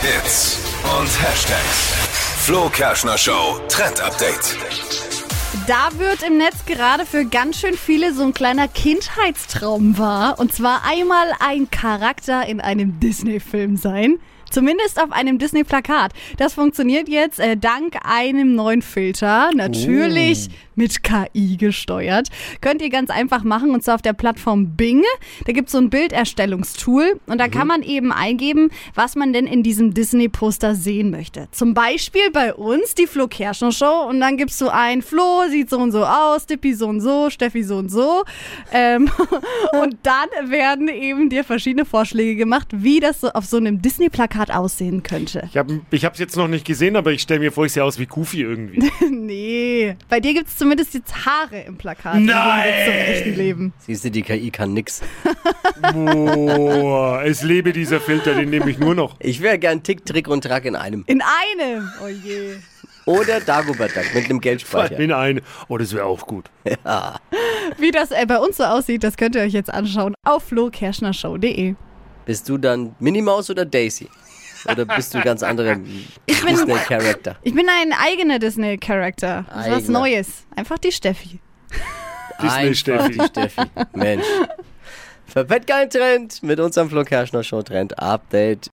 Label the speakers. Speaker 1: Hits und Hashtags. Flo Kerschner Show Trend Update.
Speaker 2: Da wird im Netz gerade für ganz schön viele so ein kleiner Kindheitstraum wahr. Und zwar einmal ein Charakter in einem Disney-Film sein. Zumindest auf einem Disney-Plakat. Das funktioniert jetzt äh, dank einem neuen Filter. Natürlich mit KI gesteuert. Könnt ihr ganz einfach machen und zwar auf der Plattform Bing. Da gibt es so ein Bilderstellungstool und da kann man eben eingeben, was man denn in diesem Disney-Poster sehen möchte. Zum Beispiel bei uns die Flo Kerschner Show und dann gibst du ein, Flo sieht so und so aus, Dippi so und so, Steffi so und so. Ähm, und dann werden eben dir verschiedene Vorschläge gemacht, wie das so auf so einem Disney-Plakat aussehen könnte.
Speaker 3: Ich habe ich hab's jetzt noch nicht gesehen, aber ich stelle mir vor, ich sehe aus wie Goofy irgendwie.
Speaker 2: nee, bei dir gibt es zumindest jetzt Haare im Plakat. Im
Speaker 3: Nein!
Speaker 2: Gegensatz Zum echten Leben.
Speaker 4: Siehst du, die KI kann nix.
Speaker 3: Boah, es lebe dieser Filter, den nehme ich nur noch.
Speaker 4: Ich wäre gern Tick, Trick und Track in einem.
Speaker 2: In einem. Oh je.
Speaker 4: Oder Dagobert Duck mit einem Geldspeicher.
Speaker 3: In ein. Oh, das wäre auch gut.
Speaker 2: Wie das äh, bei uns so aussieht, das könnt ihr euch jetzt anschauen auf flokerschnershow.de.
Speaker 4: Bist du dann Minimaus oder Daisy? Oder bist du ganz andere Disney-Charakter?
Speaker 2: Ich bin ein eigener Disney-Charakter. Das ist was
Speaker 4: Eigener.
Speaker 2: Neues. Einfach die Steffi.
Speaker 3: Disney-Steffi.
Speaker 4: Einfach die Steffi. Mensch. Verpetzt keinen Trend mit unserem Flo Kerschner Show Trend Update.